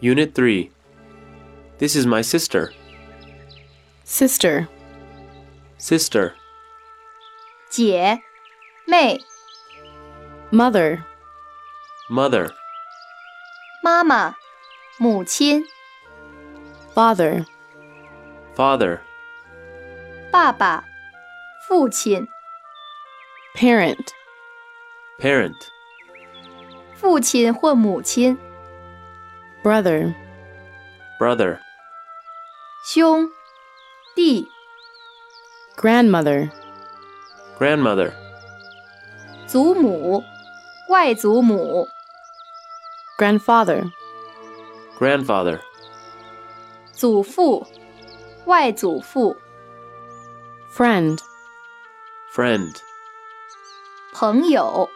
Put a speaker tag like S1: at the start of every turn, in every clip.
S1: Unit 3. This is my sister.
S2: Sister,
S1: Sister.
S3: 姐、妹、
S2: mother,
S1: Mother.
S3: 妈妈、母亲、
S2: father,
S1: Father.
S3: 爸爸、父亲、
S2: parent,
S1: Parent.
S3: 父亲或母亲、
S2: brother,
S1: Brother.
S3: 兄、弟、
S2: grandmother,
S1: Grandmother.
S3: 祖母、外祖母、
S2: grandfather,
S1: Grandfather.
S3: 祖父、外祖父、
S2: friend,
S1: Friend.
S3: 朋友、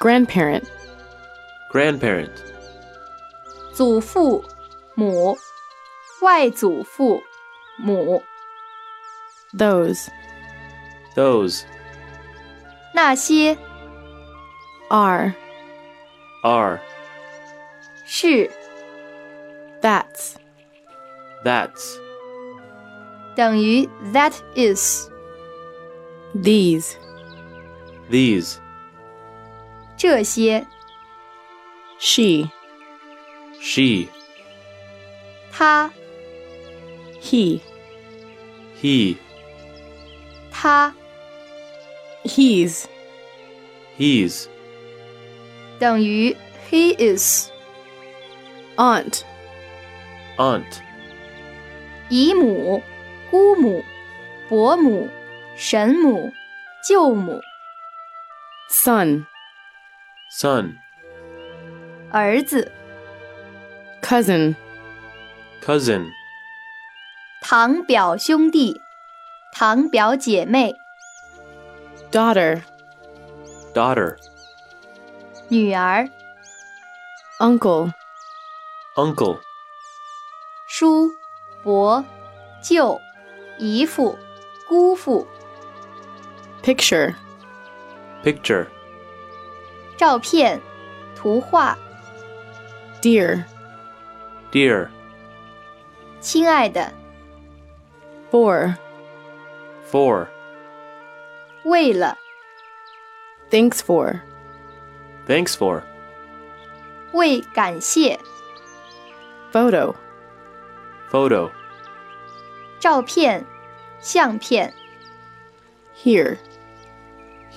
S2: grandparent,
S1: Grandparent.
S3: 祖父、母、外祖父、母，
S2: those,
S1: Those.
S3: 那些
S2: are,
S1: Are.
S3: 是
S2: that's,
S1: That's.
S3: 等于 that is，
S2: these,
S1: These.
S3: 这些、
S2: she,
S1: She.
S3: 他、
S2: he,
S1: He.
S3: 他，
S2: he's,
S1: He's.
S3: 等于 he is，
S2: aunt,
S1: Aunt.
S3: 姨母、姑母、伯母、婶母、舅母、
S2: son,
S1: Son.
S3: 儿子、
S2: cousin,
S1: Cousin.
S3: 堂表兄弟、堂表姐妹、
S2: daughter,
S1: Daughter.
S3: 女儿、
S2: uncle,
S1: Uncle.
S3: 叔、伯、舅、姨父、姑父、
S2: picture,
S1: Picture.
S3: 照片、图画。
S2: dear,
S1: Dear.
S3: 亲爱的，
S2: for,
S1: For.
S3: 为了，
S2: thanks for,
S1: Thanks for.
S3: 为感谢，
S2: photo,
S1: Photo.
S3: 照片、相片，
S2: here,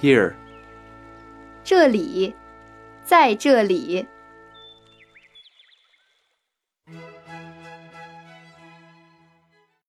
S1: Here.
S3: 这里，在这里，